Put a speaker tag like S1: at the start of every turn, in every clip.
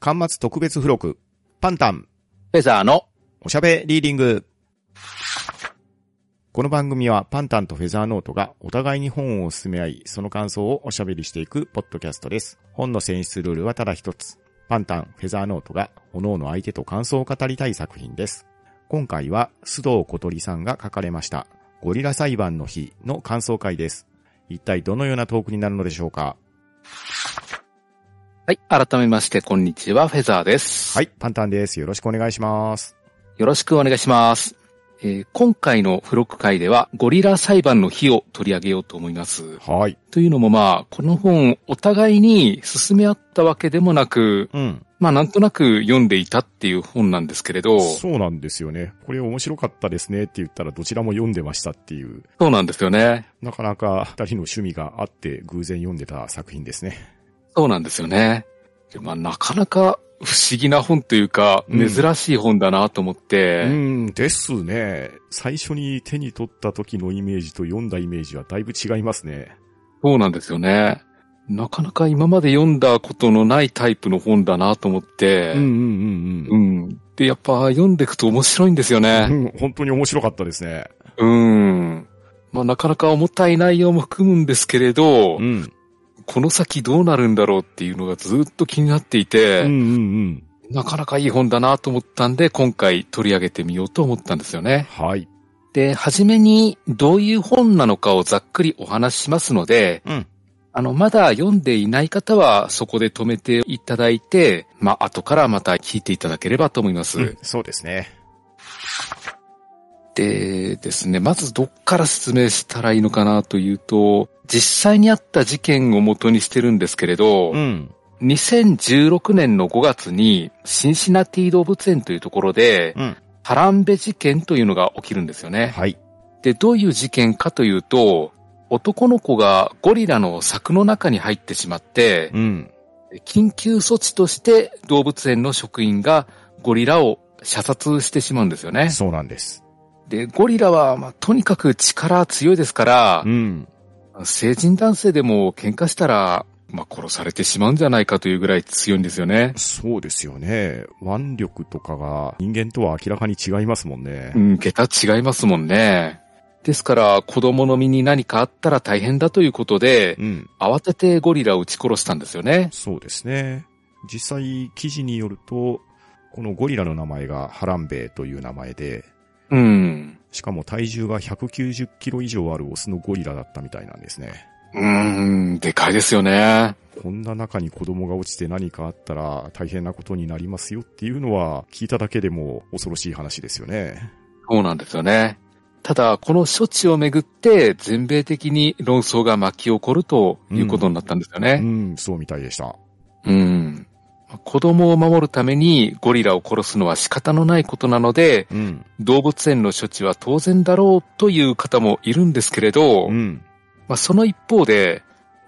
S1: 巻末特別付録、パンタン、
S2: フェザーの、
S1: おしゃべリーディング。この番組はパンタンとフェザーノートがお互いに本を進め合い、その感想をおしゃべりしていくポッドキャストです。本の選出ルールはただ一つ。パンタン、フェザーノートが、おのの相手と感想を語りたい作品です。今回は、須藤小鳥さんが書かれました、ゴリラ裁判の日の感想会です。一体どのようなトークになるのでしょうか
S2: はい、改めまして、こんにちは、フェザーです。
S1: はい、パンタンです。よろしくお願いします。
S2: よろしくお願いします。えー今回の付録会では、ゴリラ裁判の日を取り上げようと思います。
S1: はい。
S2: というのもまあ、この本、お互いに進め合ったわけでもなく、
S1: うん。
S2: まあ、なんとなく読んでいたっていう本なんですけれど、そ
S1: そうなんですよね。これ面白かったですねって言ったらどちらも読んでましたっていう、
S2: うなんですよね。
S1: なかなか二人の趣味があって偶然読んでた作品ですね。
S2: そうなんですよね。でまあ、なかなか不思議な本というか、
S1: うん
S2: 珍しい本だなと思っ
S1: う
S2: て、
S1: ん、ですね。最初に手に取った時のイメージと読んだイメージはだいぶ違いますね。
S2: そうなんですよね。なかなか今まで読んだことのないタイプの本だなと思って、
S1: うんうん
S2: うんで、やっぱ読んでいくと面白いんですよ
S1: うん
S2: ね。
S1: うん。本当に面白かったですね。
S2: うん。まあなかなか重たい内容も含むんですけれど、
S1: ん。
S2: この先どうなるんだろうっていうのがずっと気になってい
S1: うんう
S2: て、
S1: んうん。
S2: なかなかいい本だなと思ったんで、今回取り上げてみようと思ったんですよね。
S1: はい。
S2: で、はじめにどういう本なのかをざっくりお話ししますので、
S1: うん。
S2: あの、まだ読んでいない方はそこで止めていただいて、まあ、後からまた聞いていただければと思います。
S1: うんそうですね。
S2: でですね、まずどっから説明したらいいのかなというと、実際にあった事件を元にしてるんですけれど、
S1: ん。
S2: 2016年の5月にシンシナティ動物園というところで、
S1: うん。
S2: ハランベ事件というのが起きるんですよね。
S1: はい。
S2: で、どういう事件かというと、男の子がゴリラの柵の中に入ってしまって、
S1: うん。
S2: 緊急措置として動物園の職員がゴリラを射殺してしまうんですよね。
S1: そうなんです。
S2: で、ゴリラは、まあ、とにかく力強いですから、
S1: ん。
S2: 成人男性でも喧嘩したら、まあ、殺されてしまうんじゃないかというぐらい強いんですよね。
S1: そうですよね。腕力とかが人間とは明らかに違いますもんね
S2: う。ん、桁違いますもんね。ですから、子供の身に何かあったら大変だということで、
S1: うん。
S2: 慌ててゴリラを撃ち殺したんですよね。
S1: そうですね。実際、記事によると、このゴリラの名前がハランベイという名前で、
S2: うん。
S1: しかも体重が190キロ以上あるオスのゴリラだったみたいなんですね。
S2: うん、でかいですよね。
S1: こんな中に子供が落ちて何かあったら大変なことになりますよっていうのは聞いただけでも恐ろしい話ですよね。
S2: そうなんですよね。ただ、この処置をめぐって、全米的に論争が巻き起こるということになったんですよ
S1: う
S2: ね。
S1: ん、そうみたいでした。
S2: うん。子供を守るためにゴリラを殺すのは仕方のないことなので、
S1: うん。
S2: 動物園の処置は当然だろうという方もいるんですけれど、
S1: うん。
S2: まあ、その一方で、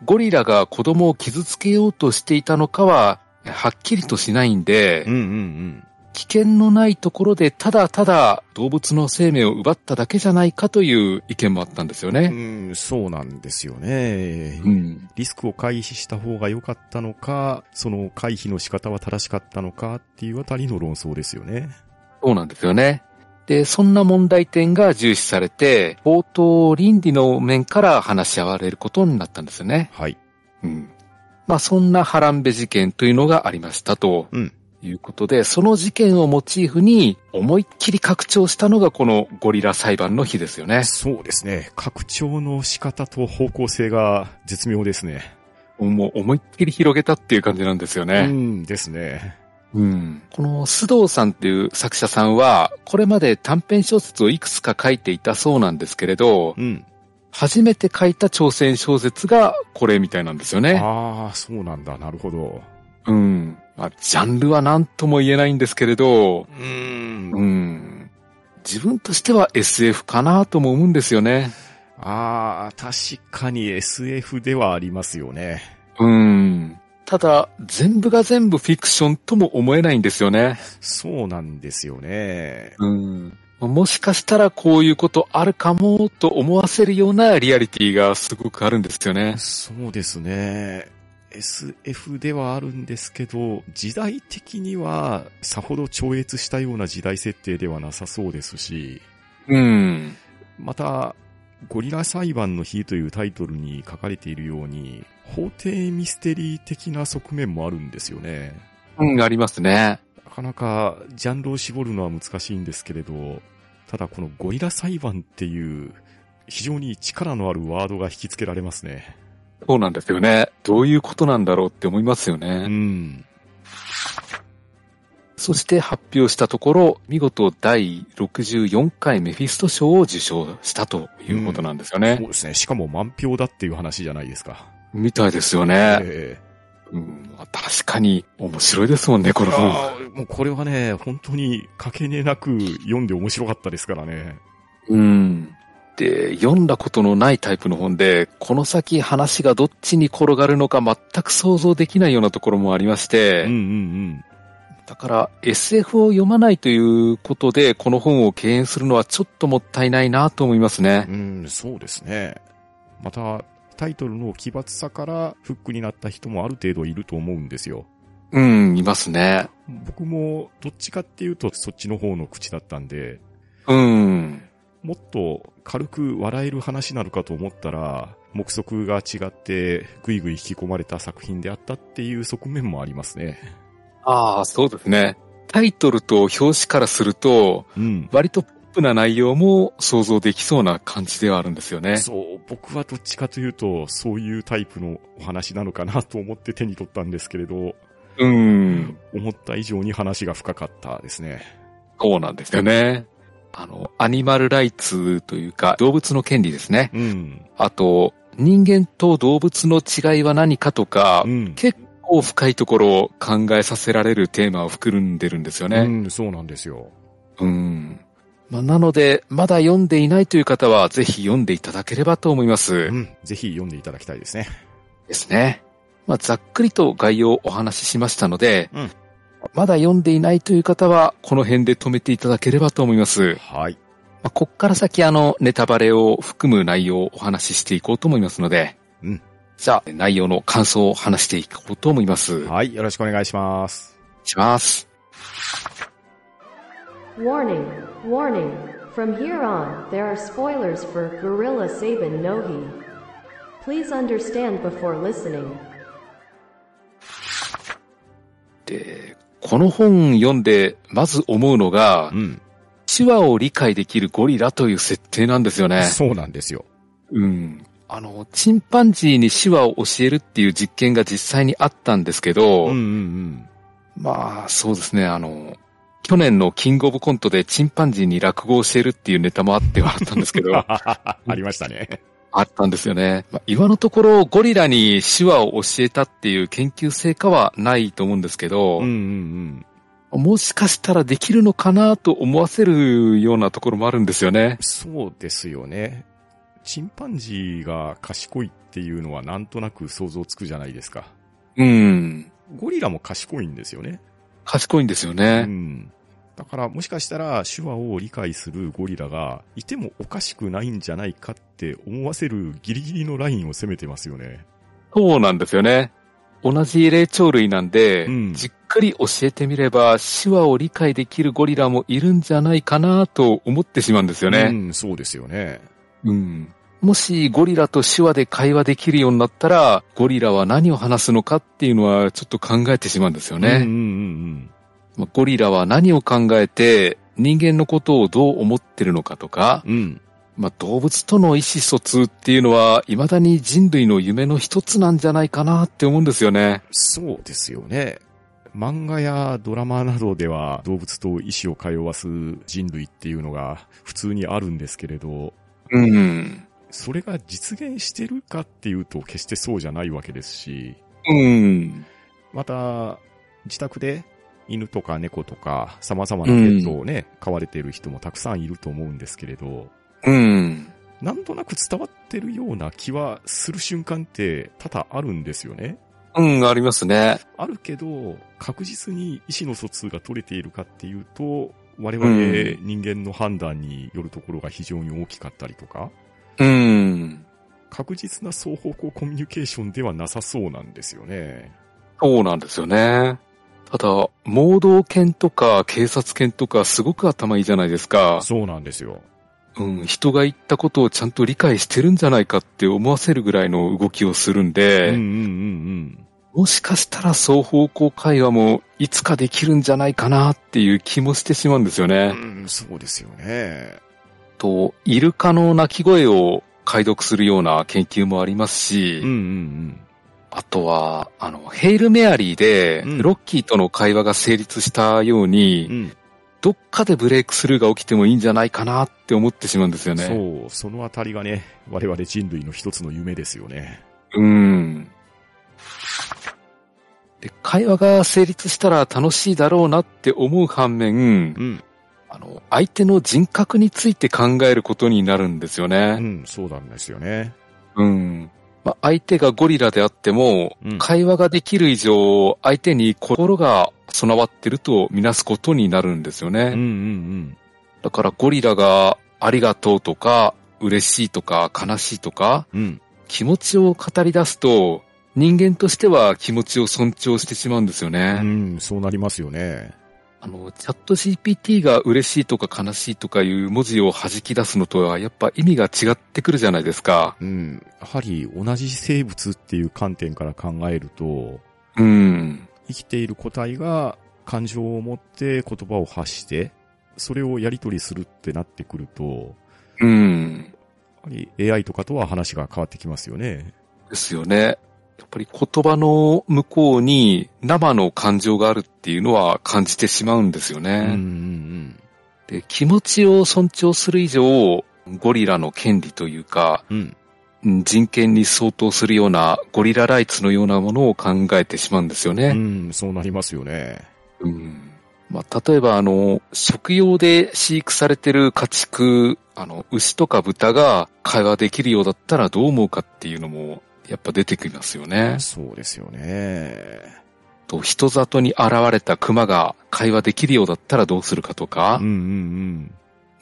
S2: ゴリラが子供を傷つけようとしていたのかは、はっきりとしないんで
S1: うん、うんうん。
S2: 危険のないところでただただ動物の生命を奪っただけじゃないかという意見もあったんですよね。
S1: うん、そうなんですよね。
S2: うん。
S1: リスクを回避した方が良かったのか、その回避の仕方は正しかったのかっていうあたりの論争ですよね。
S2: そうなんですよね。で、そんな問題点が重視されて、冒頭倫理の面から話し合われることになったんですよね。
S1: はい。
S2: うん。まあそんなハランベ事件というのがありましたと。
S1: うん
S2: いうことで、その事件をモチーフに思いっきり拡張したのがこのゴリラ裁判の日ですよね。
S1: そうですね。拡張の仕方と方向性が絶妙ですね。
S2: もう思いっきり広げたっていう感じなんですよね。
S1: うんですね。
S2: うんこの須藤さんっていう作者さんは、これまで短編小説をいくつか書いていたそうなんですけれど、
S1: うん。
S2: 初めて書いた挑戦小説がこれみたいなんですよね。
S1: ああ、そうなんだ。なるほど。
S2: うん。まあ、ジャンルは何とも言えないんですけれど
S1: う、ー。
S2: うんん。自分としては SF かなとも思うんですよね。
S1: ああ、確かに SF ではありますよね。
S2: うん。ただ、全部が全部フィクションとも思えないんですよね。
S1: そうなんですよね。
S2: うん。もしかしたらこういうことあるかもと思わせるようなリアリティがすごくあるんですよね。
S1: そうですね。 SF ではあるんですけど、時代的にはさほど超越したような時代設定ではなさそうですし、
S2: うん。
S1: また、ゴリラ裁判の日というタイトルに書かれているように、法廷ミステリー的な側面もあるんですよね。
S2: うん、ありますね。
S1: なかなかジャンルを絞るのは難しいんですけれど、ただこのゴリラ裁判っていう非常に力のあるワードが引きつけられますね。
S2: そうなんですよね。どういうことなんだろうって思いますよね。
S1: うん。
S2: そして発表したところ、見事第64回メフィスト賞を受賞したということなんですよ
S1: そう
S2: ね。
S1: ですね。しかも満票だっていう話じゃないですか。
S2: みたいですよね。
S1: え
S2: うん、確かに面白いですもんね、こ
S1: え
S2: の本。
S1: ああもうこれはね、本当に掛け根なく読んで面白かったですからね。
S2: うん。で、読んだことのないタイプの本で、この先話がどっちに転がるのか全く想像できないようなところもありまし
S1: うんう
S2: て、
S1: ん
S2: だから SF を読まないということで、この本を敬遠するのはちょっともったいないなと思いますね
S1: う。ん。うん、そうですね。また、タイトルの奇抜さからフックになった人もある程度いると思うんですよ。
S2: うん、いますね。
S1: 僕もどっちかっていうとそっちの方の口だったんで、
S2: うん。
S1: もっと軽く笑える話なのかと思ったら、目測が違ってぐいぐい引き込まれた作品であったっていう側面もありますね。
S2: ああ、そうですね。タイトルと表紙からすると、
S1: うん。
S2: 割とポップな内容も想像できそうな感じではあるんですよね。
S1: そう、僕はどっちかというと、そういうタイプのお話なのかなと思って手に取ったんですけれど、
S2: うん。
S1: 思った以上に話が深かったですね。
S2: そうなんですよね。あの、アニマルライツというか、動物の権利ですね。
S1: うん。
S2: あと、人間と動物の違いは何かとか
S1: う、ん。
S2: 結構深いところを考えさせられるテーマを含んでるんですよ
S1: う
S2: ね。
S1: ん、そうなんですよ。
S2: うん。まあ、なので、まだ読んでいないという方は、ぜひ読んでいただければと思います。
S1: うん。ぜひ読んでいただきたいですね。
S2: ですね。まあ、ざっくりと概要をお話ししましたので、
S1: うん
S2: まだ読んでいないという方は、この辺で止めていただければと思います。
S1: はい。
S2: まあ、こっから先、あの、ネタバレを含む内容をお話ししていこうと思いますので、
S1: うん
S2: じゃあ、内容の感想を話していこうと思います。お願
S1: はい。よろしくお願いします。
S2: いします。
S3: Warning, warning. From here on, there are spoilers for Gorilla Sabin Nohi. Please understand before listening.
S2: で、この本読んで、まず思うのが
S1: う、ん。
S2: 手話を理解できるゴリラという設定なんですよね。
S1: そうなんですよ。
S2: うん。あの、チンパンジーに手話を教えるっていう実験が実際にあったんですけど、
S1: うんうんうん。
S2: まあ、そうですね、あの、去年のキングオブコントでチンパンジーに落語を教えるっていうネタもあって笑ったんです けど、
S1: ありましたね。
S2: あったんですよね。まあ、今のところゴリラに手話を教えたっていう研究成果はないと思うんですけ
S1: う
S2: ど、
S1: んうん。
S2: もしかしたらできるのかなと思わせるようなところもあるんですよね。
S1: そうですよね。チンパンジーが賢いっていうのはなんとなく想像つくじゃないですか。
S2: うん。
S1: ゴリラも賢いんですよね。
S2: 賢いんですよ
S1: う
S2: ね。
S1: ん。だからもしかしたら手話を理解するゴリラがいてもおかしくないんじゃないかって思わせるギリギリのラインを攻めてますよね。
S2: そうなんですよね。同じ霊長類なんで、
S1: うん
S2: じっくり教えてみれば手話を理解できるゴリラもいるんじゃないかなと思ってしまうんです
S1: う
S2: よね。
S1: ん、そうですよね。
S2: うん。もしゴリラと手話で会話できるようになったら、ゴリラは何を話すのかっていうのはちょっと考えてしまうんですよ
S1: うんうん
S2: ね。
S1: うん
S2: まあゴリラは何を考えて、人間のことをどう思ってるのかとか、
S1: うん。うん。
S2: まあ、動物との意思疎通っていうのは、未だに人類の夢の一つなんじゃないかなって思うんですよね。
S1: そうですよね。漫画やドラマなどでは動物と意思を通わす人類っていうのが普通にあるんですけれど、
S2: うん。
S1: それが実現してるかっていうと決してそうじゃないわけですし、
S2: うん。
S1: また、自宅で犬とか猫とか様々なペットをね、飼われている人もたくさんいると思うんですけれど、
S2: うん。
S1: なんとなく伝わってるような気はする瞬間って多々あるんですよね。
S2: うん、ありますね。
S1: あるけど、確実に意思の疎通が取れているかっていうと、我
S2: う
S1: 々
S2: ん
S1: 人間の判断によるところが非常に大きかったりとか、
S2: うん。
S1: 確実な双方向コミュニケーションではなさそうなんですよね。
S2: そうなんですよね。ただ、盲導犬とか警察犬とかすごく頭いいじゃないですか。
S1: そうなんですよ。
S2: うん、人が言ったことをちゃんと理解してるんじゃないかって思わせるぐらいの動きをするん
S1: うん
S2: で、
S1: うんうん
S2: もしかしたら双方向会話もいつかできるんじゃないかなっていう気もしてしまうんですよ
S1: うん。
S2: ね。
S1: うん、そうですよね。
S2: と、イルカの鳴き声を解読するような研究もありますし、
S1: うんうん
S2: あとは、あの、ヘイルメアリーで、
S1: うん
S2: ロッキーとの会話が成立したように、
S1: うん。うん。
S2: どっかでブレイクスルーが起きてもいいんじゃないかなって思ってしまうんですよね。
S1: そう、そのあたりがね、我々人類の一つの夢ですよね。
S2: うん。で、会話が成立したら楽しいだろうなって思う反面、
S1: うん。
S2: あの、相手の人格について考えることになるんですよ
S1: う
S2: ね。
S1: ん、そうなんですよね。
S2: うん。まあ、相手がゴリラであっても、
S1: うん
S2: 会話ができる以上、相手に心が備わってるとみなすことになるんですよね。
S1: うんうんうん。
S2: だからゴリラがありがとうとか、嬉しいとか、悲しいとか、
S1: うん。
S2: 気持ちを語り出すと、人間としては気持ちを尊重してしまうんですよね。
S1: うん、そうなりますよね。
S2: あの、チャット GPT が嬉しいとか悲しいとかいう文字を弾き出すのとはやっぱ意味が違ってくるじゃないですか。
S1: うん。やはり同じ生物っていう観点から考えると、
S2: うん。
S1: 生きている個体が感情を持って言葉を発して、それをやり取りするってなってくると、
S2: うん。
S1: やはり AI とかとは話が変わってきますよね。
S2: ですよね。やっぱり言葉の向こうに生の感情があるっていうのは感じてしまうんですよ
S1: う
S2: ね。
S1: ん
S2: で、気持ちを尊重する以上、ゴリラの権利というか、
S1: うんうん。うん。
S2: うん人権に相当するようなゴリラライツのようなものを考えてしまうんですよ
S1: う
S2: ね。
S1: ん、そうなりますよね。
S2: うんまあ、例えば、あの、食用で飼育されてる家畜、あの、牛とか豚が会話できるようだったらどう思うかっていうのも、やっぱ出てきますよね。
S1: そうですよね。
S2: と、人里に現れた熊が会話できるようだったらどうするかとか、
S1: うんうん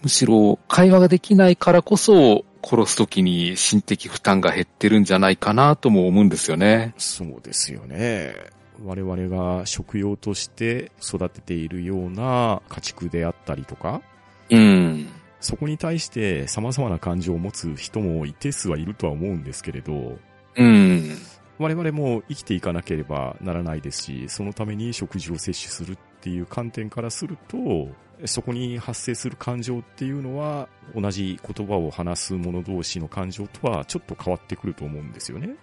S2: むしろ会話ができないからこそ殺すときに心的負担が減ってるんじゃないかなとも思うんですよね。
S1: そうですよね。我々が食用として育てているような家畜であったりとか、
S2: うん。
S1: そこに対して様々な感情を持つ人も一定数はいるとは思うんですけれど、
S2: うん。
S1: 我々も生きていかなければならないですし、そのために食事を摂取するっていう観点からすると、そこに発生する感情っていうのは、同じ言葉を話す者同士の感情とはちょっと変わってくると思うんですよね。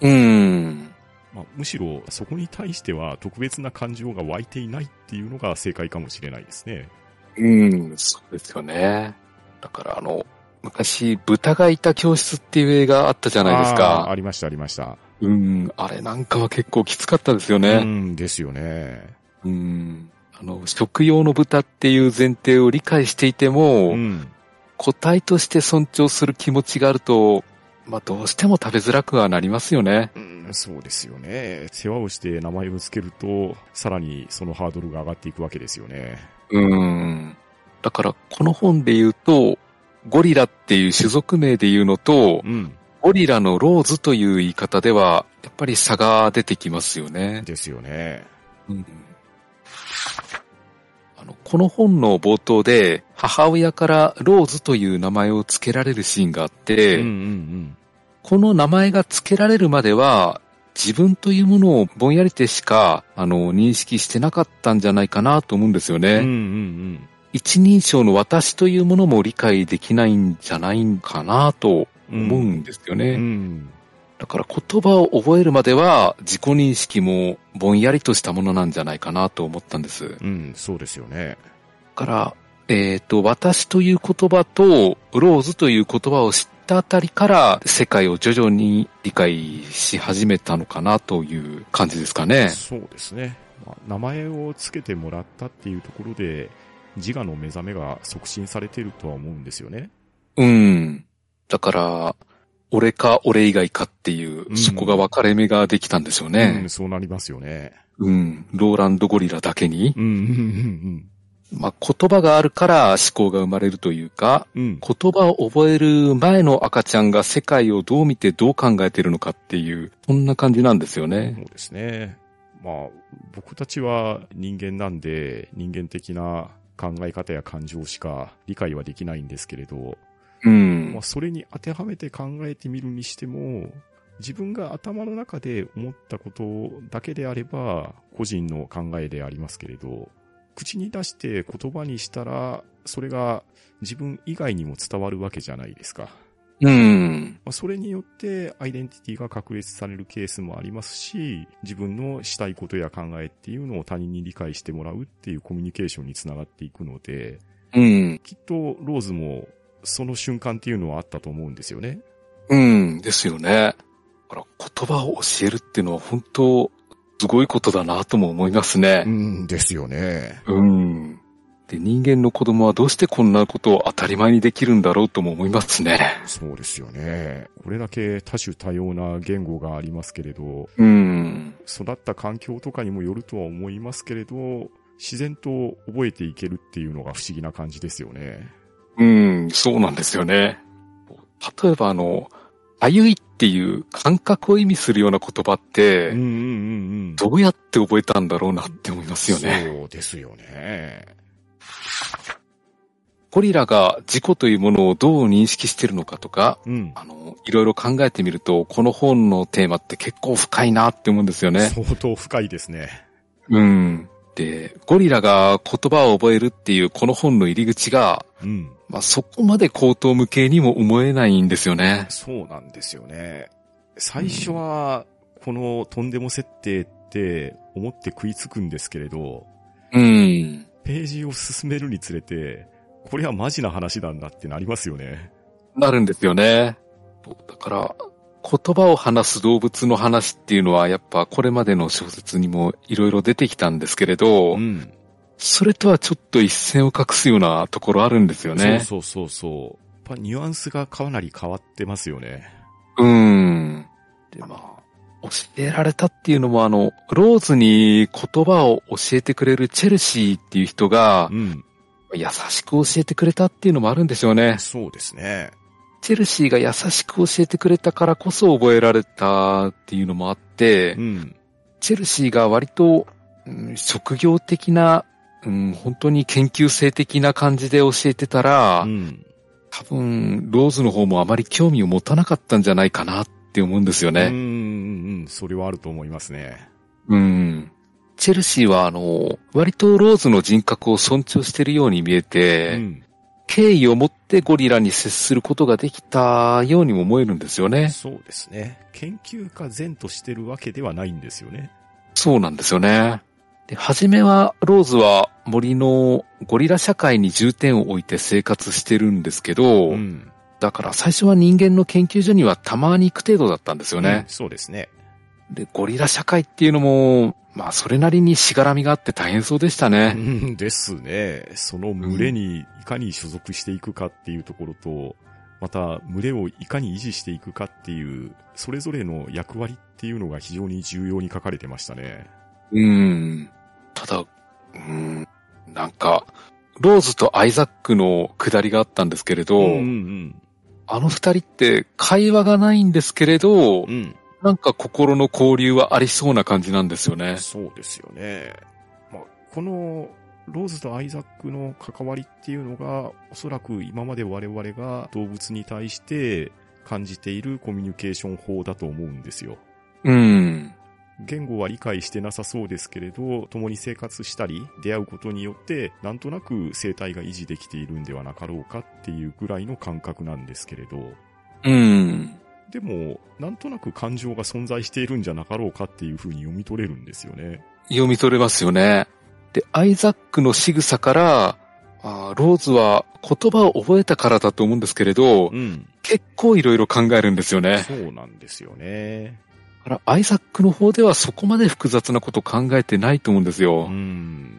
S2: うん。
S1: まあ、むしろそこに対しては特別な感情が湧いていないっていうのが正解かもしれないですね。
S2: うん、そうですよね。だからあの、昔、豚がいた教室っていう映画あったじゃないです
S1: あーあ
S2: か。
S1: りました、ありました。
S2: うん、あれなんかは結構きつかったですよ
S1: う
S2: ね。
S1: ん、ですよね。
S2: うん。あの、食用の豚っていう前提を理解していても、
S1: うん。
S2: 個体として尊重する気持ちがあると、まあどうしても食べづらくはなりますよね。
S1: うんそうですよね。世話をして名前を付けると、さらにそのハードルが上がっていくわけですよね。
S2: うん。だから、この本で言うと、ゴリラっていう種族名で言うのと、
S1: うん。
S2: ゴリラのローズという言い方では、やっぱり差が出てきますよね。
S1: ですよね。
S2: うんあのこの本の冒頭で、母親からローズという名前を付けられるシーンがあっ
S1: う
S2: て、
S1: んうん
S2: この名前が付けられるまでは、自分というものをぼんやりてしか、あの、認識してなかったんじゃないかなと思うんですよね。
S1: うん。うんうん
S2: 一人称の私というものも理解できないんじゃないかなと
S1: うん。
S2: 思うんですよね。
S1: うん。
S2: だから言葉を覚えるまでは、自己認識もぼんやりとしたものなんじゃないかなと思ったんです。だ
S1: うん、そうですよね。
S2: から、えっ、と、私という言葉と、ローズという言葉を知ったあたりから、世界を徐々に理解し始めたのかなという感じですかね。
S1: そうですね。まあ名前を付けてもらったっていうところで、自我の目覚めが促進されているとは思うんですよね。
S2: うん。だから、俺か俺以外かっていう、
S1: うん
S2: そこが分かれ目ができたんでしょう
S1: うん、
S2: ね。
S1: そうなりますよね。
S2: うん。ローランドゴリラだけに。
S1: うん、うん、うんうん。
S2: まあ、言葉があるから思考が生まれるというか、
S1: うん。
S2: 言葉を覚える前の赤ちゃんが世界をどう見てどう考えてるのかっていう、そんな感じなんですよ
S1: そ
S2: ね。
S1: うですね。まあ、僕たちは人間なんで、人間的な考え方や感情しか理解はできないんですけれど、
S2: うん
S1: まあ、。それに当てはめて考えてみるにしても、自分が頭の中で思ったことだけであれば、個人の考えでありますけれど、口に出して言葉にしたら、それが自分以外にも伝わるわけじゃないですか。
S2: うん。
S1: まあ、それによってアイデンティティが確立されるケースもありますし、自分のしたいことや考えっていうのを他人に理解してもらうっていうコミュニケーションにつながっていくので、
S2: うん。
S1: きっとローズもその瞬間っていうのはあったと思うんですよね。
S2: うん。ですよね。だから言葉を教えるっていうのは本当、すごいことだなとも思いますね。
S1: ん、ですよね。
S2: うん。で、人間の子供はどうしてこんなことを当たり前にできるんだろうとも思いますね。
S1: そうですよね。これだけ多種多様な言語がありますけれど、
S2: うん。
S1: 育った環境とかにもよるとは思いますけれど、自然と覚えていけるっていうのが不思議な感じですよね。
S2: うん、そうなんですよね。例えばあの、あゆいっていう感覚を意味するような言葉っ
S1: う
S2: て、
S1: んうんうんうん。
S2: どうやって覚えたんだろうなって思いますよね。
S1: そうですよね。
S2: ゴリラが自己というものをどう認識してるのかとか、
S1: うん。
S2: あの、いろいろ考えてみると、この本のテーマって結構深いなって思うんですよね。
S1: 相当深いですね。
S2: うん。で、ゴリラが言葉を覚えるっていうこの本の入り口が、
S1: うん。
S2: まあ、そこまで口頭無形にも思えないんですよね。
S1: そうなんですよね。最初は、このとんでも設定って思って食いつくんですけれど、
S2: うん。
S1: ページを進めるにつれて、これはマジな話なんだってなりますよね。
S2: なるんですよね。だから、言葉を話す動物の話っていうのは、やっぱこれまでの小説にもいろいろ出てきたんですけれど、
S1: ん。
S2: それとはちょっと一線を画すようなところあるんですよね。
S1: そうそうそうそう。やっぱニュアンスがかなり変わってますよね。
S2: ううん。で、まあ、教えられたっていうのも、あの、ローズに言葉を教えてくれるチェルシーっていう人が
S1: う、ん。
S2: 優しく教えてくれたっていうのもあるんでしょうね。
S1: そうですね。
S2: チェルシーが優しく教えてくれたからこそ覚えられたっていうのもあって、
S1: うん。
S2: チェルシーが割と、うん職業的な、うん、本当に研究生的な感じで教えてたら、
S1: うん。
S2: 多分、ローズの方もあまり興味を持たなかったんじゃないかなって思うんですよ
S1: うんう
S2: ね。
S1: んうん。それはあると思いますね。
S2: うん。チェルシーは、あの、割とローズの人格を尊重しているように見えて、
S1: うん。
S2: 敬意を持ってゴリラに接することができたようにも思えるんですよね。
S1: そうですね。研究家善としてるわけではないんですよね。
S2: そうなんですよね。で、初めは、ローズは森のゴリラ社会に重点を置いて生活してるんですけど、
S1: ん。
S2: だから最初は人間の研究所にはたまに行く程度だったんですよね
S1: うん。そうですね。
S2: で、ゴリラ社会っていうのも、まあそれなりにしがらみがあって大変そうでした
S1: う
S2: ね。
S1: んですね。その群れにいかに所属していくかっていうところと、また群れをいかに維持していくかっていう、それぞれの役割っていうのが非常に重要に書かれてましたね。
S2: うん。ただ、うん、なんか、ローズとアイザックの下りがあったんですけれど、
S1: ん
S2: あの二人って会話がないんですけれど、
S1: うん。うん。
S2: なんか心の交流はありそうな感じなんですよね。
S1: そうですよね。まあ、この、ローズとアイザックの関わりっていうのが、おそらく今まで我々が動物に対して感じているコミュニケーション法だと思うんですよ。
S2: うん。
S1: 言語は理解してなさそうですけれど、共に生活したり、出会うことによって、なんとなく生態が維持できているんではなかろうかっていうぐらいの感覚なんですけれど、
S2: うん。
S1: でも、なんとなく感情が存在しているんじゃなかろうかっていうふうに読み取れるんですよね。
S2: 読み取れますよね。で、アイザックの仕草から、あーローズは言葉を覚えたからだと思うんですけれど、
S1: うん。
S2: 結構いろいろ考えるんですよね。
S1: そうなんですよね。
S2: だからアイザックの方ではそこまで複雑なこと考えてないと思うんです
S1: う
S2: よ。
S1: ん。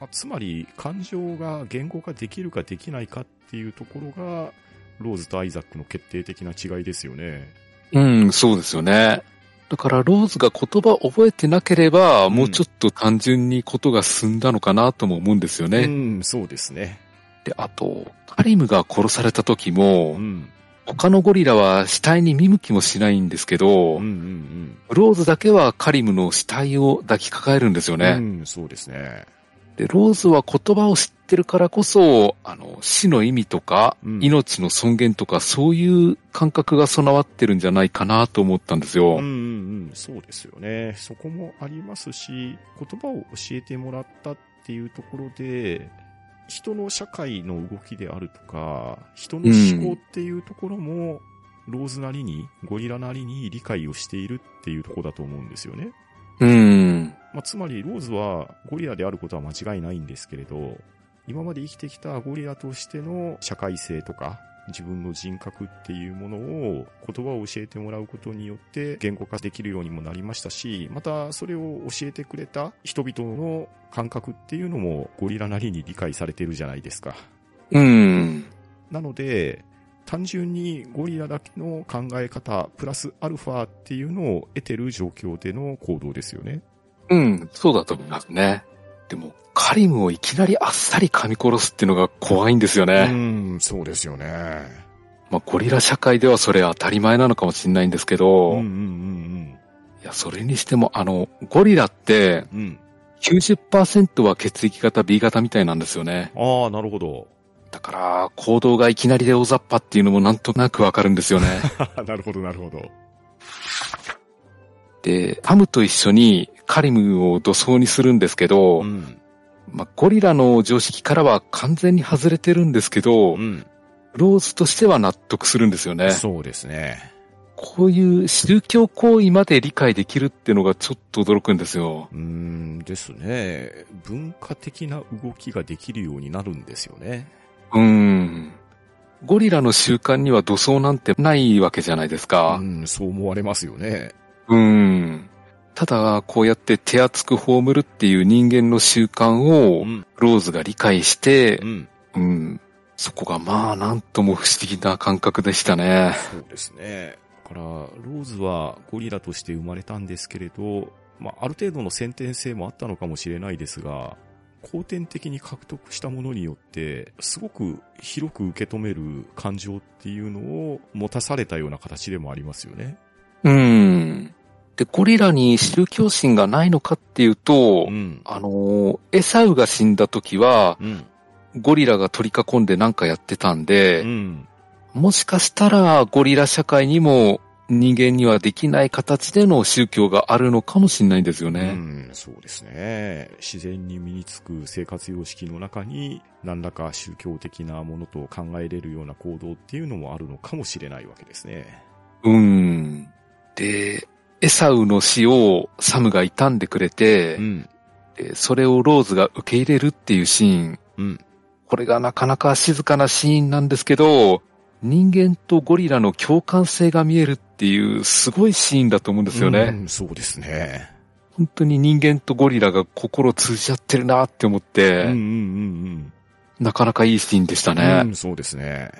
S1: まあつまり、感情が言語化できるかできないかっていうところが、ローズとアイザックの決定的な違いですよね。
S2: うん、そうですよね。だから、ローズが言葉を覚えてなければ、もうちょっと単純にことが進んだのかなとも思うんですよね。
S1: うん、そうですね。
S2: で、あと、カリムが殺された時
S1: う
S2: も、
S1: ん。
S2: 他のゴリラは死体に見向きもしないんですけ
S1: うんう
S2: ど、
S1: ん
S2: ローズだけはカリムの死体を抱きかかえるんですよ
S1: うん。う
S2: ね。
S1: ん、そうですね。
S2: で、ローズは言葉を知ってるからこそ、あの、死の意味とか、
S1: うん
S2: 命の尊厳とか、そういう感覚が備わってるんじゃないかなと思ったんですよ。
S1: うんうんうん、そうですよね。そこもありますし、言葉を教えてもらったっていうところで、人の社会の動きであるとか、人の思考っていうところも、ローズなりに、ゴリラなりに理解をしているっていうところだと思うんですよね。
S2: うん。
S1: まあ、つまり、ローズはゴリラであることは間違いないんですけれど、今まで生きてきたゴリラとしての社会性とか、自分の人格っていうものを言葉を教えてもらうことによって言語化できるようにもなりましたし、またそれを教えてくれた人々の感覚っていうのもゴリラなりに理解されてるじゃないですか。
S2: うん。
S1: なので、単純にゴリラだけの考え方、プラスアルファっていうのを得てる状況での行動ですよね。
S2: うん。そうだと思いますね。でも、カリムをいきなりあっさり噛み殺すっていうのが怖いんですよ
S1: う
S2: ね。
S1: ん、そうですよね。
S2: まあ、ゴリラ社会ではそれ当たり前なのかもしれないんですけど、
S1: うんう
S2: い
S1: ん
S2: や、それにしても、あの、ゴリラって、
S1: うんうん。うん。
S2: 90%は血液型 B 型みたいなんですよね。
S1: ああ、なるほど。
S2: だから、行動がいきなりで大雑把っていうのもなんとなくわかるんです よね。
S1: なるほど、なるほど。
S2: で、ハムと一緒にカリムを土葬にするんですけど、
S1: ん。
S2: まあ、ゴリラの常識からは完全に外れてるんですけど、
S1: うん。
S2: ローズとしては納得するんですよね。
S1: そうですね。
S2: こういう宗教行為まで理解できるってのがちょっと驚くんですよ。
S1: うーんですね。文化的な動きができるようになるんですよね。
S2: うーん。ゴリラの習慣には土葬なんてないわけじゃないですか。
S1: うん、そう思われますよね。
S2: うーん。ただ、こうやって手厚く葬るっていう人間の習慣を、
S1: ん。
S2: ローズが理解して
S1: う、ん。
S2: うん。そこがまあ、なんとも不思議な感覚でしたね。
S1: そうですね。だから、ローズはゴリラとして生まれたんですけれど、まあ、ある程度の先天性もあったのかもしれないですが、後天的に獲得したものによって、すごく広く受け止める感情っていうのを持たされたような形でもありますよね。
S2: うーん。で、ゴリラに宗教心がないのかっていうと、
S1: ん。
S2: あのー、エサウが死んだ時は、
S1: うん。
S2: ゴリラが取り囲んでなんかやってたん
S1: う
S2: で、
S1: ん。
S2: もしかしたらゴリラ社会にも人間にはできない形での宗教があるのかもしれないんですよね。
S1: うん、そうですね。自然に身につく生活様式の中に、何らか宗教的なものと考えれるような行動っていうのもあるのかもしれないわけですね。
S2: うーん。で、エサウの死をサムが悼んでくれて、
S1: ん。
S2: でそれをローズが受け入れるっていうシーン。
S1: うん。
S2: これがなかなか静かなシーンなんですけど、人間とゴリラの共感性が見えるっていうすごいシーンだと思うんですよね。
S1: うんそうですね。
S2: 本当に人間とゴリラが心通じ合ってるなって思っ
S1: うん
S2: て、
S1: うんうん
S2: なかなかいいシーンでした
S1: うん。
S2: ね。
S1: うん、そうですね。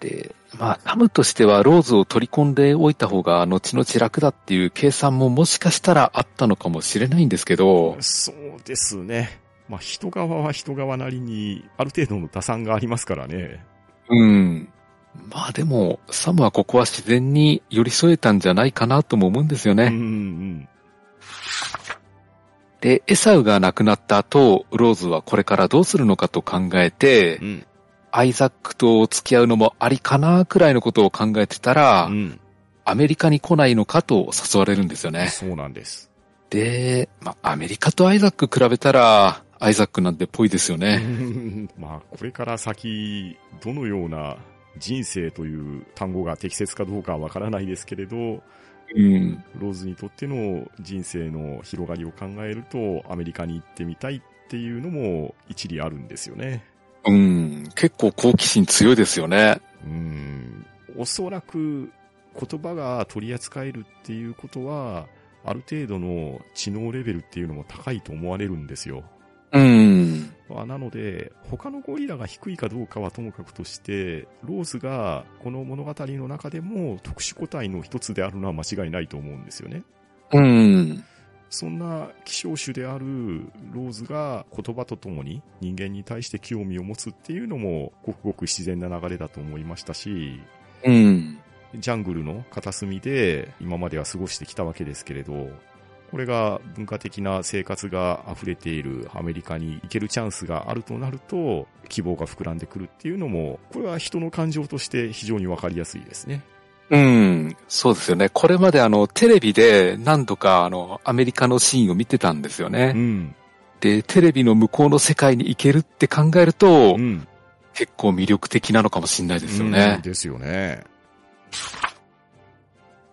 S2: で、まあ、サムとしてはローズを取り込んでおいた方が後々楽だっていう計算ももしかしたらあったのかもしれないんですけど、
S1: そうですね。まあ、人側は人側なりに、ある程度の打算がありますからね。
S2: うん。まあでも、サムはここは自然に寄り添えたんじゃないかなとも思うんですよ
S1: う
S2: ね。
S1: んうん
S2: で、エサウが亡くなった後、ローズはこれからどうするのかと考えて
S1: う、ん。
S2: アイザックと付き合うのもありかなくらいのことを考えてたら、
S1: うん。
S2: アメリカに来ないのかと誘われるんですよね。
S1: そうなんです。
S2: で、まあ、アメリカとアイザック比べたら、アイザックなんてぽいですよね。
S1: まあ、これから先、どのような人生という単語が適切かどうかはわからないですけれど、
S2: うん。
S1: ローズにとっての人生の広がりを考えると、アメリカに行ってみたいっていうのも一理あるんですよね。
S2: うん。結構好奇心強いですよね。
S1: うん。おそらく、言葉が取り扱えるっていうことは、ある程度の知能レベルっていうのも高いと思われるんですよ。
S2: うん。
S1: まあなので、他のゴリラが低いかどうかはともかくとして、ローズがこの物語の中でも特殊個体の一つであるのは間違いないと思うんですよね。
S2: うん。
S1: そんな希少種であるローズが言葉とともに人間に対して興味を持つっていうのもごくごく自然な流れだと思いましたし、
S2: うん。
S1: ジャングルの片隅で今までは過ごしてきたわけですけれど、これが文化的な生活が溢れているアメリカに行けるチャンスがあるとなると、希望が膨らんでくるっていうのも、これは人の感情として非常にわかりやすいですね。
S2: うん。そうですよね。これまであの、テレビで何度かあの、アメリカのシーンを見てたんですよ
S1: う
S2: ね。
S1: ん。
S2: で、テレビの向こうの世界に行けるって考えると、
S1: うん。
S2: 結構魅力的なのかもしれないですよ
S1: うん
S2: ね。
S1: ですよね。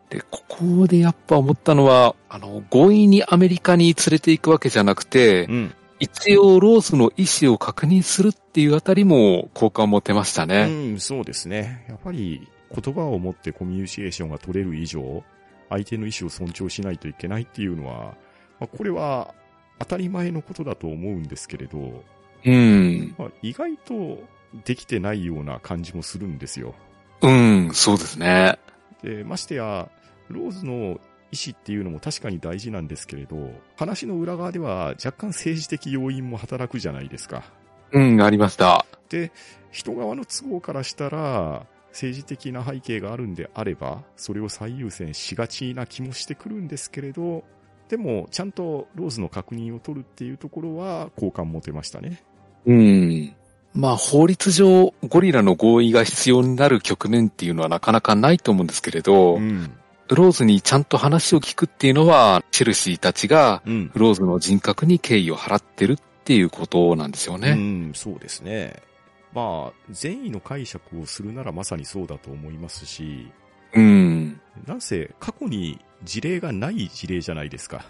S2: で、ここでやっぱ思ったのは、あの、強引にアメリカに連れて行くわけじゃなくて、
S1: うん。
S2: 一応ローズの意思を確認するっていうあたりも好感持てました
S1: う
S2: ね。
S1: ん、そうですね。やっぱり言葉を持ってコミュニケーションが取れる以上、相手の意思を尊重しないといけないっていうのは、まあこれは当たり前のことだと思うんですけれど、
S2: うん。
S1: まあ、意外とできてないような感じもするんですよ。
S2: うん、そうですね。
S1: で、ましてや、ローズの意思っていうのも確かに大事なんですけれど、話の裏側では若干政治的要因も働くじゃないですか。
S2: うん、ありました。
S1: で、人側の都合からしたら、政治的な背景があるんであれば、それを最優先しがちな気もしてくるんですけれど、でも、ちゃんとローズの確認を取るっていうところは、好感持てましたね。
S2: うん。まあ、法律上、ゴリラの合意が必要になる局面っていうのはなかなかないと思うんですけれど、
S1: ん。
S2: ローズにちゃんと話を聞くっていうのは、チェルシーたちが、
S1: うん。
S2: ローズの人格に敬意を払ってるっていうことなんですよ
S1: う
S2: ね。
S1: ん、そうですね。まあ、善意の解釈をするならまさにそうだと思いますし、
S2: うん。
S1: なんせ過去に事例がない事例じゃないですか。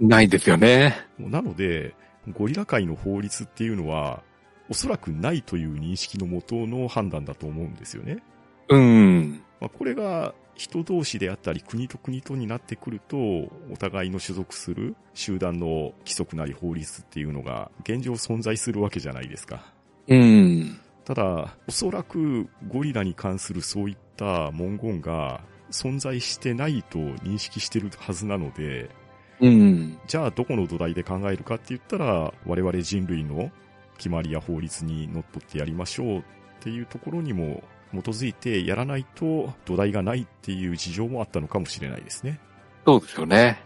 S2: ないですよね。
S1: なので、ゴリラ界の法律っていうのは、おそらくないという認識のもとの判断だと思うんですよね。
S2: うん。
S1: まあ、これが人同士であったり国と国とになってくると、お互いの所属する集団の規則なり法律っていうのが現状存在するわけじゃないですか。
S2: うん。
S1: ただ、おそらくゴリラに関するそういった文言が存在してないと認識してるはずなので、
S2: うん。
S1: じゃあどこの土台で考えるかって言ったら、我々人類の決まりや法律にのっとってやりましょうっていうところにも基づいてやらないと土台がないっていう事情もあったのかもしれないですね。
S2: そうですよね。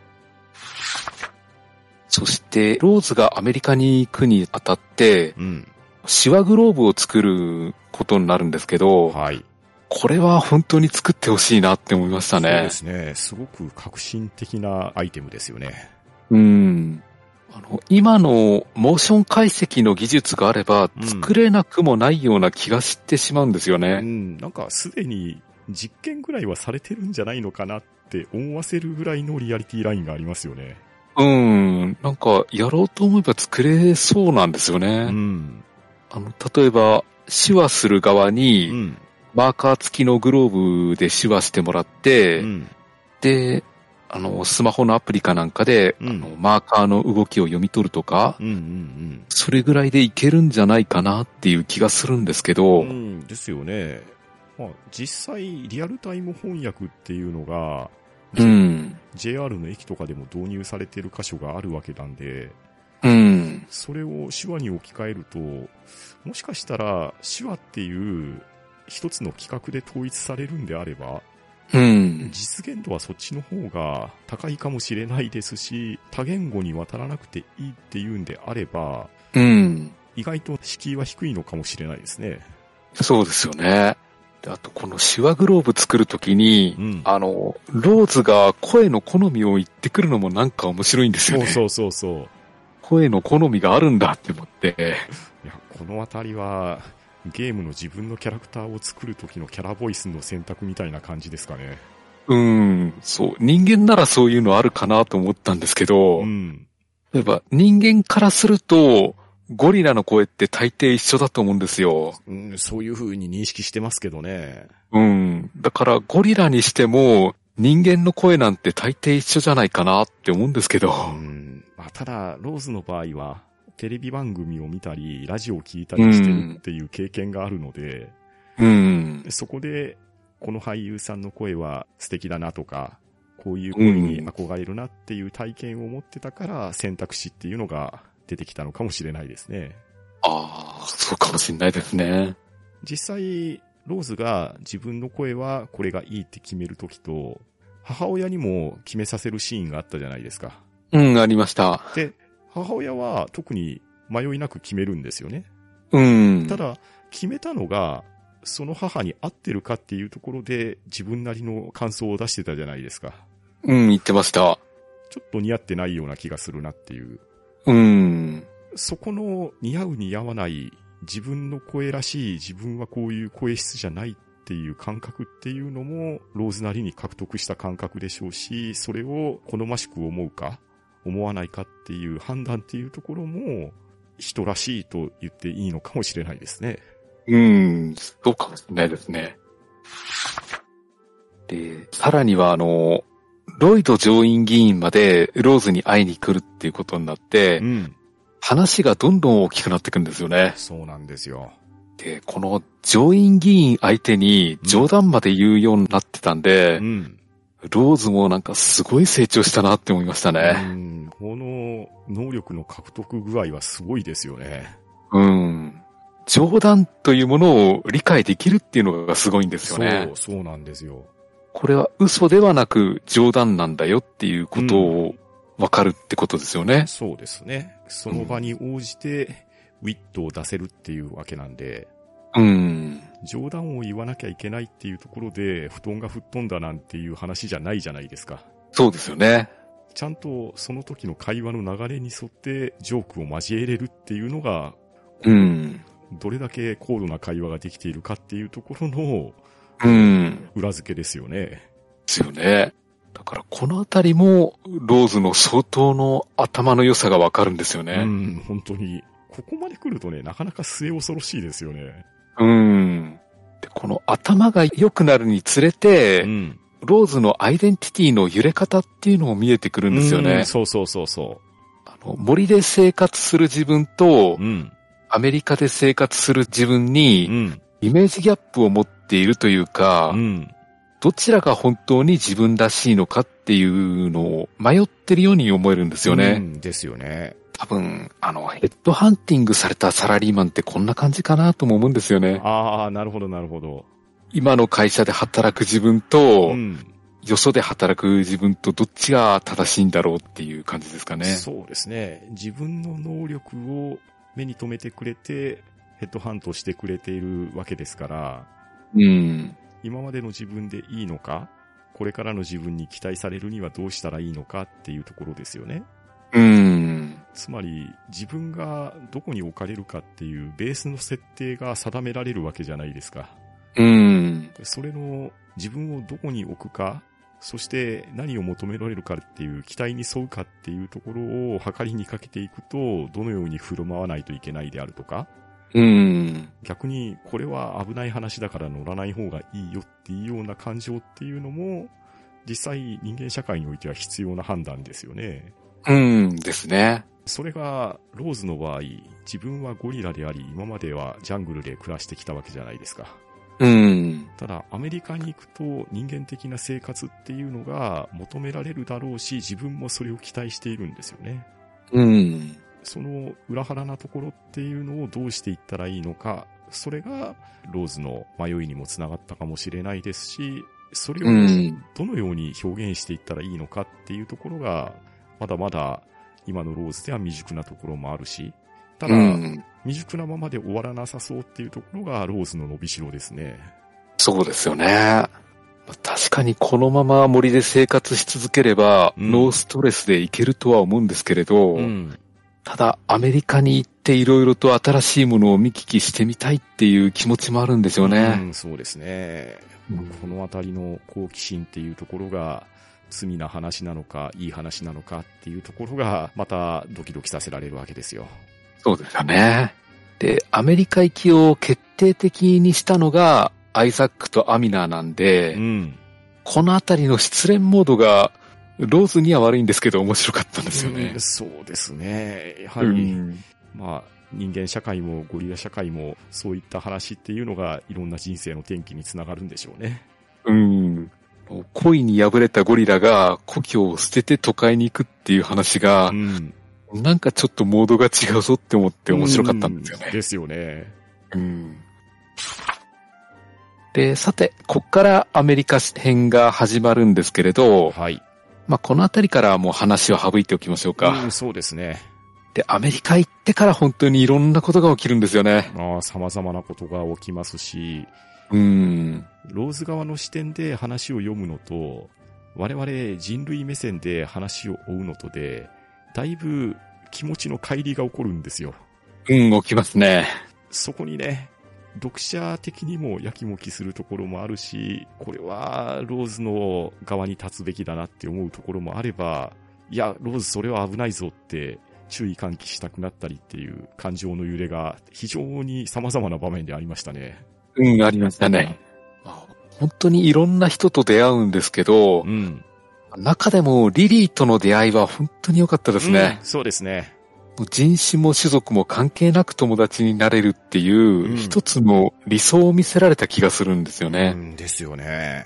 S2: そして、ローズがアメリカに行くにあたって、
S1: うん。
S2: シワグローブを作ることになるんですけど、
S1: はい。
S2: これは本当に作ってほしいなって思いました
S1: そうで
S2: ね。
S1: すね。すごく革新的なアイテムですよね。
S2: うん。あの、今のモーション解析の技術があれば
S1: う、ん
S2: 作れなくもないような気がしてしまうんですよ
S1: う
S2: ね。
S1: ん。なんかすでに実験ぐらいはされてるんじゃないのかなって思わせるぐらいのリアリティラインがありますよね。
S2: うん。なんか、やろうと思えば作れそうなんですよね。
S1: うん。
S2: あの、例えば、手話する側
S1: う
S2: に、
S1: ん。
S2: マーカー付きのグローブで手話してもらっ
S1: う
S2: て、
S1: ん。
S2: で、あの、スマホのアプリかなんかで、
S1: うん
S2: あのマーカーの動きを読み取るとか、
S1: うん。うん。
S2: それぐらいでいけるんじゃないかなっていう気がするんですけど、
S1: うん、ですよね。まあ、実際、リアルタイム翻訳っていうのが、
S2: うん、
S1: JR の駅とかでも導入されてる箇所があるわけなんで、
S2: うん、
S1: それを手話に置き換えると、もしかしたら手話っていう一つの企画で統一されるんであれば、
S2: うん、
S1: 実現度はそっちの方が高いかもしれないですし、多言語に渡らなくていいっていうんであれば、
S2: うん、
S1: 意外と敷居は低いのかもしれないですね。
S2: そうですよね。であと、この手話グローブ作るときに、
S1: うん。
S2: あの、ローズが声の好みを言ってくるのもなんか面白いんですよ
S1: そう
S2: ね。
S1: そうそうそう。
S2: 声の好みがあるんだって思って。
S1: いや、このあたりは、ゲームの自分のキャラクターを作る時のキャラボイスの選択みたいな感じですかね。
S2: うん、そう、人間ならそういうのあるかなと思ったんですけど、
S1: うん。
S2: 例えば人間からすると、ゴリラの声って大抵一緒だと思うんですよ。
S1: うん、そういう風に認識してますけどね。
S2: うん。だからゴリラにしても人間の声なんて大抵一緒じゃないかなって思うんですけど。
S1: うん。まあ、ただ、ローズの場合は、テレビ番組を見たり、ラジオを聞いたりしてるっていう経験があるので、
S2: うん。
S1: そこで、この俳優さんの声は素敵だなとか、こういう行為に憧れるなっていう体験を持ってたから、選択肢っていうのが出てきたのかもしれないですね。
S2: ああ、そうかもしれないですね。
S1: 実際、ローズが自分の声はこれがいいって決めるときと、母親にも決めさせるシーンがあったじゃないですか。
S2: うん、ありました。
S1: で、母親は特に迷いなく決めるんですよね。
S2: うん。
S1: た、だ、決めたのが、その母に合ってるかっていうところで自分なりの感想を出してたじゃないですか。
S2: うん、言ってました。
S1: ちょっと似合ってないような気がするなっていう。
S2: うん。
S1: そこの似合う似合わない、自分の声らしい、自分はこういう声質じゃないっていう感覚っていうのも、ローズなりに獲得した感覚でしょうし、それを好ましく思うか、思わないかっていう判断っていうところも、人らしいと言っていいのかもしれないですね。
S2: うん、そうかもしれないですね。で、さらにはあの、ロイド上院議員までローズに会いに来るっていうことになって、
S1: うん。
S2: 話がどんどん大きくなってくんですよね。
S1: そうなんですよ。
S2: で、この上院議員相手に冗談まで言うようになってたんで
S1: う、ん。
S2: ローズもなんかすごい成長したなって思いました
S1: う
S2: ね。
S1: んこの能力の獲得具合はすごいですよね。
S2: うん。冗談というものを理解できるっていうのがすごいんですよね。
S1: そう、そうなんですよ。
S2: これは嘘ではなく冗談なんだよっていうことを分かるってことですよね。
S1: そうですね。その場に応じて、ウィットを出せるっていうわけなんで、
S2: うん。
S1: 冗談を言わなきゃいけないっていうところで、布団が吹っ飛んだなんていう話じゃないじゃないですか。
S2: そうですよね。
S1: ちゃんとその時の会話の流れに沿って、ジョークを交えれるっていうのが、
S2: うん。
S1: どれだけ高度な会話ができているかっていうところの
S2: うん。
S1: 裏付けですよね。
S2: ですよね。だからこのあたりも、ローズの相当の頭の良さが分かるんですよ
S1: う
S2: ね。
S1: ん、本当に。ここまで来るとね、なかなか末恐ろしいですよね。
S2: うん。で、この頭が良くなるにつれて、
S1: ん。
S2: ローズのアイデンティティの揺れ方っていうのも見えてくるんですよ
S1: う
S2: ね
S1: ん。そうそうそうそ
S2: あの森で生活する自分と
S1: う。う、ん。
S2: アメリカで生活する自分に、
S1: うん。
S2: イメージギャップを持っているというか、
S1: うん。
S2: どちらが本当に自分らしいのかっていうのを迷ってるように思えるんですよね。
S1: うんですよね。
S2: 多分、あの、ヘッドハンティングされたサラリーマンってこんな感じかなとも思うんですよね。
S1: ああ、なるほど、なるほど。
S2: 今の会社で働く自分と、
S1: うん。
S2: よそで働く自分とどっちが正しいんだろうっていう感じですかね。
S1: そうですね。自分の能力を目に留めてくれて、ヘッドハントしてくれているわけですから、
S2: うん。
S1: 今までの自分でいいのか、これからの自分に期待されるにはどうしたらいいのかっていうところですよね。
S2: うん。
S1: つまり、自分がどこに置かれるかっていうベースの設定が定められるわけじゃないですか。
S2: うん。
S1: それの自分をどこに置くか、そして何を求められるかっていう期待に沿うかっていうところを測りにかけていくと、どのように振る舞わないといけないであるとか、
S2: うん。
S1: 逆にこれは危ない話だから乗らない方がいいよっていうような感情っていうのも、実際人間社会においては必要な判断ですよね。
S2: うんですね。
S1: それが、ローズの場合、自分はゴリラであり、今まではジャングルで暮らしてきたわけじゃないですか。
S2: うん。
S1: ただ、アメリカに行くと人間的な生活っていうのが求められるだろうし、自分もそれを期待しているんですよね。
S2: うん。
S1: その裏腹なところっていうのをどうしていったらいいのか、それがローズの迷いにもつながったかもしれないですし、それ
S2: う
S1: を
S2: ん。
S1: どのように表現していったらいいのかっていうところが、まだまだ今のローズでは未熟なところもあるし、ただ、
S2: うん。
S1: 未熟なままで終わらなさそうっていうところがローズの伸びしろですね。
S2: そうですよね。まあ確かにこのまま森で生活し続ければ、
S1: うん
S2: ノーストレスでいけるとは思うんですけれど、
S1: ん。
S2: ただアメリカに行っていろいろと新しいものを見聞きしてみたいっていう気持ちもあるんですよ
S1: う
S2: ね。
S1: ん、そうですね。
S2: うん
S1: このあたりの好奇心っていうところが、罪な話なのか、いい話なのかっていうところが、またドキドキさせられるわけですよ。
S2: そうですよね。で、アメリカ行きを決定的にしたのが、アイザックとアミナーなんで、
S1: ん。
S2: このあたりの失恋モードが、ローズには悪いんですけど面白かったんですよね
S1: うん。そうですね。やは
S2: う
S1: り、
S2: ん
S1: まあ、人間社会もゴリラ社会も、そういった話っていうのが、いろんな人生の転機につながるんでしょうね。
S2: うん。恋に敗れたゴリラが故郷を捨てて都会に行くっていう話が
S1: う、ん。
S2: なんかちょっとモードが違うぞって思って面白かったんですよ
S1: う
S2: ね。
S1: ですよね。
S2: うんで、さて、こっからアメリカ編が始まるんですけれど、
S1: はい。
S2: まあ、このあたりからはもう話を省いておきましょうか。
S1: うん、そうですね。
S2: で、アメリカ行ってから本当にいろんなことが起きるんですよね。
S1: ああ、様々なことが起きますし、
S2: うん。
S1: ローズ側の視点で話を読むのと、我々人類目線で話を追うのとで、だいぶ気持ちの乖離が起こるんですよ。
S2: うん、起きますね。
S1: そこにね、読者的にもやきもきするところもあるし、これはローズの側に立つべきだなって思うところもあれば、いや、ローズそれは危ないぞって注意喚起したくなったりっていう感情の揺れが非常に様々な場面でありましたね。
S2: うん、ありましたね。まあ本当にいろんな人と出会うんですけど
S1: う、ん。
S2: 中でもリリーとの出会いは本当に良かったですね
S1: うん。そうですね。
S2: もう人種も種族も関係なく友達になれるっていうう、
S1: ん
S2: 一つの理想を見せられた気がするんですよね。
S1: ん、ですよね。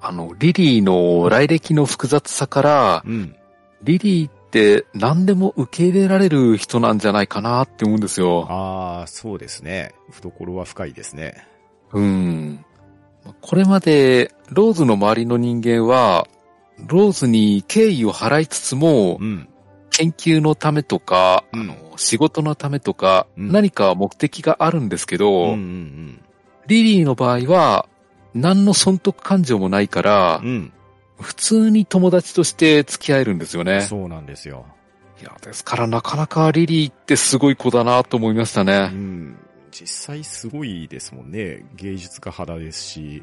S2: あの、リリーの来歴の複雑さから、
S1: うん。
S2: リリーって何でも受け入れられる人なんじゃないかなって思うんですよ。
S1: ああ、そうですね。懐は深いですね。
S2: うん。これまで、ローズの周りの人間は、ローズに敬意を払いつつも、
S1: うん。
S2: 研究のためとか、
S1: うん
S2: あの仕事のためとか、
S1: うん
S2: 何か目的があるんですけ
S1: う
S2: ど、
S1: んうん
S2: リリーの場合は、何の損得感情もないから
S1: うん。、うん。
S2: 普通に友達として付き合えるんですよね。
S1: そうなんですよ。
S2: いや、ですからなかなかリリーってすごい子だなと思いました
S1: う
S2: ね。
S1: ん。実際すごいですもんね。芸術家肌ですし、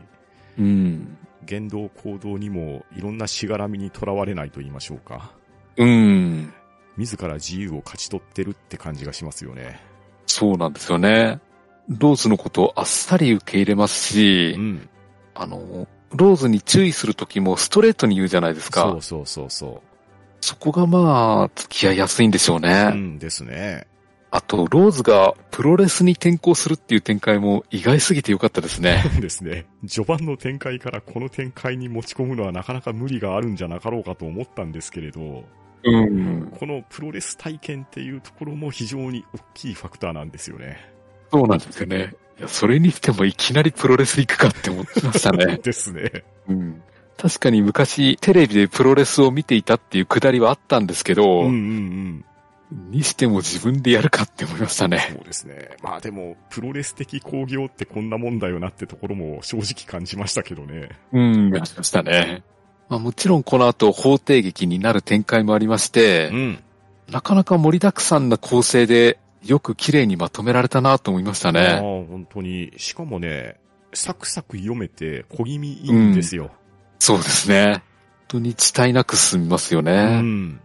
S2: うん。
S1: 言動行動にもいろんなしがらみにとらわれないと言いましょうか。
S2: うん。
S1: 自ら自由を勝ち取ってるって感じがしますよね。
S2: そうなんですよね。ローズのことをあっさり受け入れますし、
S1: うん。
S2: あの、ローズに注意するときもストレートに言うじゃないですか。
S1: そうそうそうそ
S2: そこがまあ、付き合いやすいんでしょうね。
S1: う。うんですね。
S2: あと、ローズがプロレスに転向するっていう展開も意外すぎてよかったですね。
S1: ですね。序盤の展開からこの展開に持ち込むのはなかなか無理があるんじゃなかろうかと思ったんですけれど、
S2: うん。
S1: このプロレス体験っていうところも非常に大きいファクターなんですよね。。
S2: そうなんですよね。いや、それにしてもいきなりプロレス行くかって思ってましたね
S1: ですね。
S2: うん。確かに昔テレビでプロレスを見ていたっていうくだりはあったんですけど、
S1: うんうんうん。
S2: にしても自分でやるかって思いましたね。
S1: そうですね。まあでも、プロレス的興行ってこんなもんだよなってところも正直感じましたけどね。
S2: うん、やりましたね。まあもちろんこの後法廷劇になる展開もありまして、
S1: ん。
S2: なかなか盛りだくさんな構成でよく綺麗にまとめられたなと思いまし
S1: あ
S2: た
S1: あ、
S2: ね。
S1: 本当に。しかもね、サクサク読めて小気味いいんですよ。
S2: そうですね。本当に遅滞なく進みますよね。
S1: うん。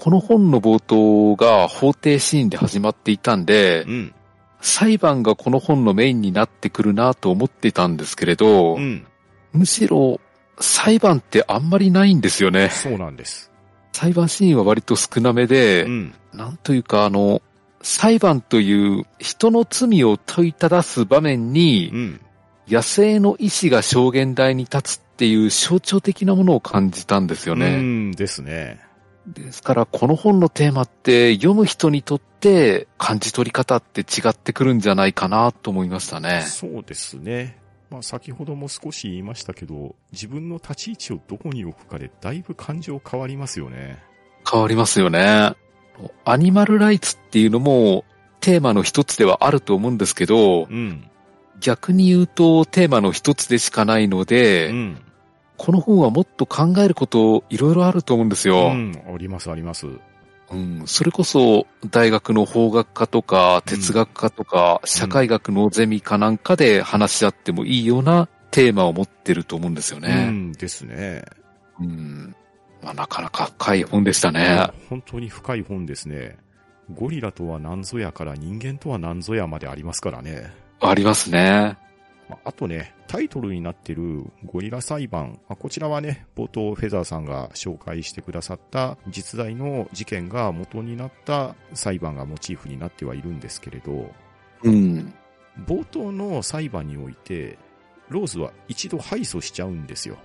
S2: この本の冒頭が法廷シーンで始まっていたんで、
S1: うん。
S2: 裁判がこの本のメインになってくるなと思ってたんですけれど、
S1: うん。
S2: むしろ裁判ってあんまりないんですよね。
S1: そうなんです。
S2: 裁判シーンは割と少なめで、
S1: うん。
S2: なんというかあの、裁判という人の罪を問いただす場面に、
S1: うん。
S2: 野生の意志が証言台に立つっていう象徴的なものを感じたんですよね。
S1: うんですね。
S2: ですから、この本のテーマって読む人にとって感じ取り方って違ってくるんじゃないかなと思いましたね。
S1: そうですね。まあ先ほども少し言いましたけど、自分の立ち位置をどこに置くかでだいぶ感情変わりますよね。
S2: 変わりますよね。アニマルライツっていうのもテーマの一つではあると思うんですけど、
S1: うん。
S2: 逆に言うとテーマの一つでしかないので、
S1: うん。
S2: この本はもっと考えることいろいろあると思うんです
S1: う
S2: よ、
S1: ん。ありますあります。
S2: うんそれこそ大学の法学科とか哲学科とか、社会学のゼミかなんかで話し合ってもいいようなテーマを持ってると思うんですよ
S1: う
S2: ね。
S1: んですね。
S2: うん。まあ、なかなか深い本でしたね。
S1: 本当に深い本ですね。ゴリラとは何ぞやから人間とは何ぞやまでありますからね。
S2: ありますね。
S1: まああとね、タイトルになってるゴリラ裁判。まあこちらはね、冒頭フェザーさんが紹介してくださった実在の事件が元になった裁判がモチーフになってはいるんですけれど、
S2: うん。
S1: 冒頭の裁判において、ローズは一度敗訴しちゃうんですよ。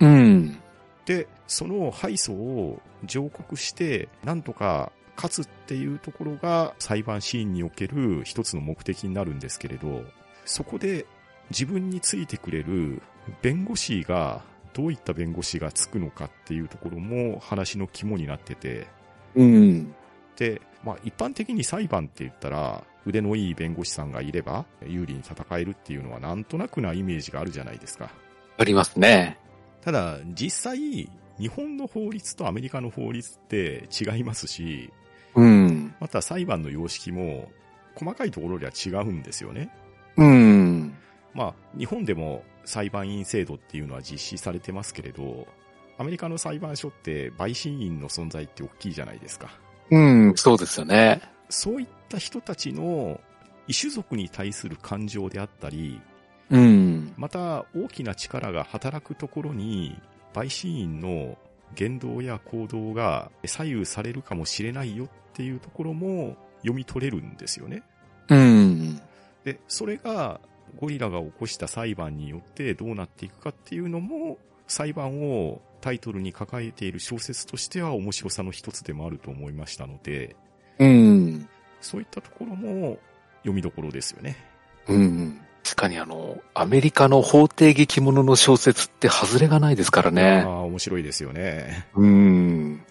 S2: うん。
S1: で、その敗訴を上告して、なんとか勝つっていうところが裁判シーンにおける一つの目的になるんですけれど、そこで自分についてくれる弁護士が、どういった弁護士がつくのかっていうところも話の肝になってて、
S2: うん。
S1: で、まあ一般的に裁判って言ったら、腕のいい弁護士さんがいれば有利に戦えるっていうのはなんとなくなイメージがあるじゃないですか。
S2: ありますね。
S1: ただ、実際、日本の法律とアメリカの法律って違いますし、
S2: うん。
S1: また裁判の様式も細かいところでは違うんですよね。
S2: うん。
S1: まあ、日本でも裁判員制度っていうのは実施されてますけれど、アメリカの裁判所って陪審員の存在って大きいじゃないですか。
S2: うん、そうですよね。
S1: そういった人たちの異種族に対する感情であったり、
S2: うん。
S1: また大きな力が働くところに、陪審員の言動や行動が左右されるかもしれないよっていうところも読み取れるんですよね。
S2: うん。
S1: で、それがゴリラが起こした裁判によってどうなっていくかっていうのも、裁判をタイトルに抱えている小説としては面白さの一つでもあると思いましたので、
S2: うん。
S1: そういったところも読みどころですよね。
S2: うん。確かにあの、アメリカの法廷劇ものの小説って外れがないですから
S1: あ
S2: ね。
S1: あ、面白いですよね。
S2: うん。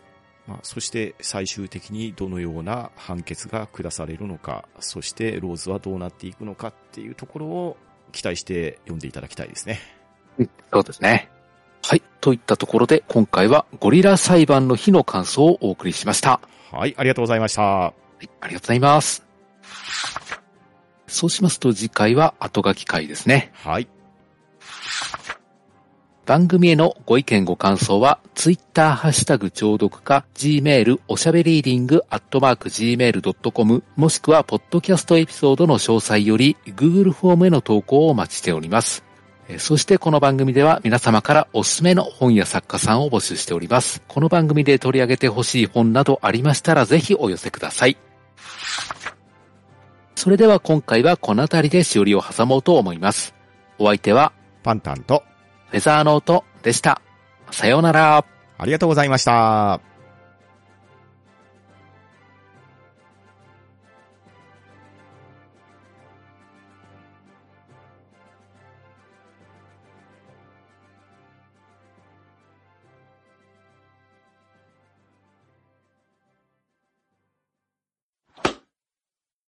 S1: まあ、そして最終的にどのような判決が下されるのか、そしてローズはどうなっていくのかっていうところを期待して読んでいただきたいですね。
S2: そうですね。はい。といったところで、今回はゴリラ裁判の日の感想をお送りしました。
S1: はい、ありがとうございました。
S2: はい、ありがとうございます。そうしますと次回は後書き会ですね。
S1: はい、
S2: 番組へのご意見ご感想は、ツイッターハッシュタグ聴読か、gmail おしゃべりーディングアットマーク gmail.com、もしくは、ポッドキャストエピソードの詳細より、Google フォームへの投稿をお待ちしております。えーそしてこの番組では皆様からおすすめの本や作家さんを募集しております。この番組で取り上げてほしい本などありましたらぜひお寄せください。それでは今回はこの辺りでしおりを挟もうと思います。お相手は
S1: パンタンと
S2: フェザーノートでした。さようなら。
S1: ありがとうございました。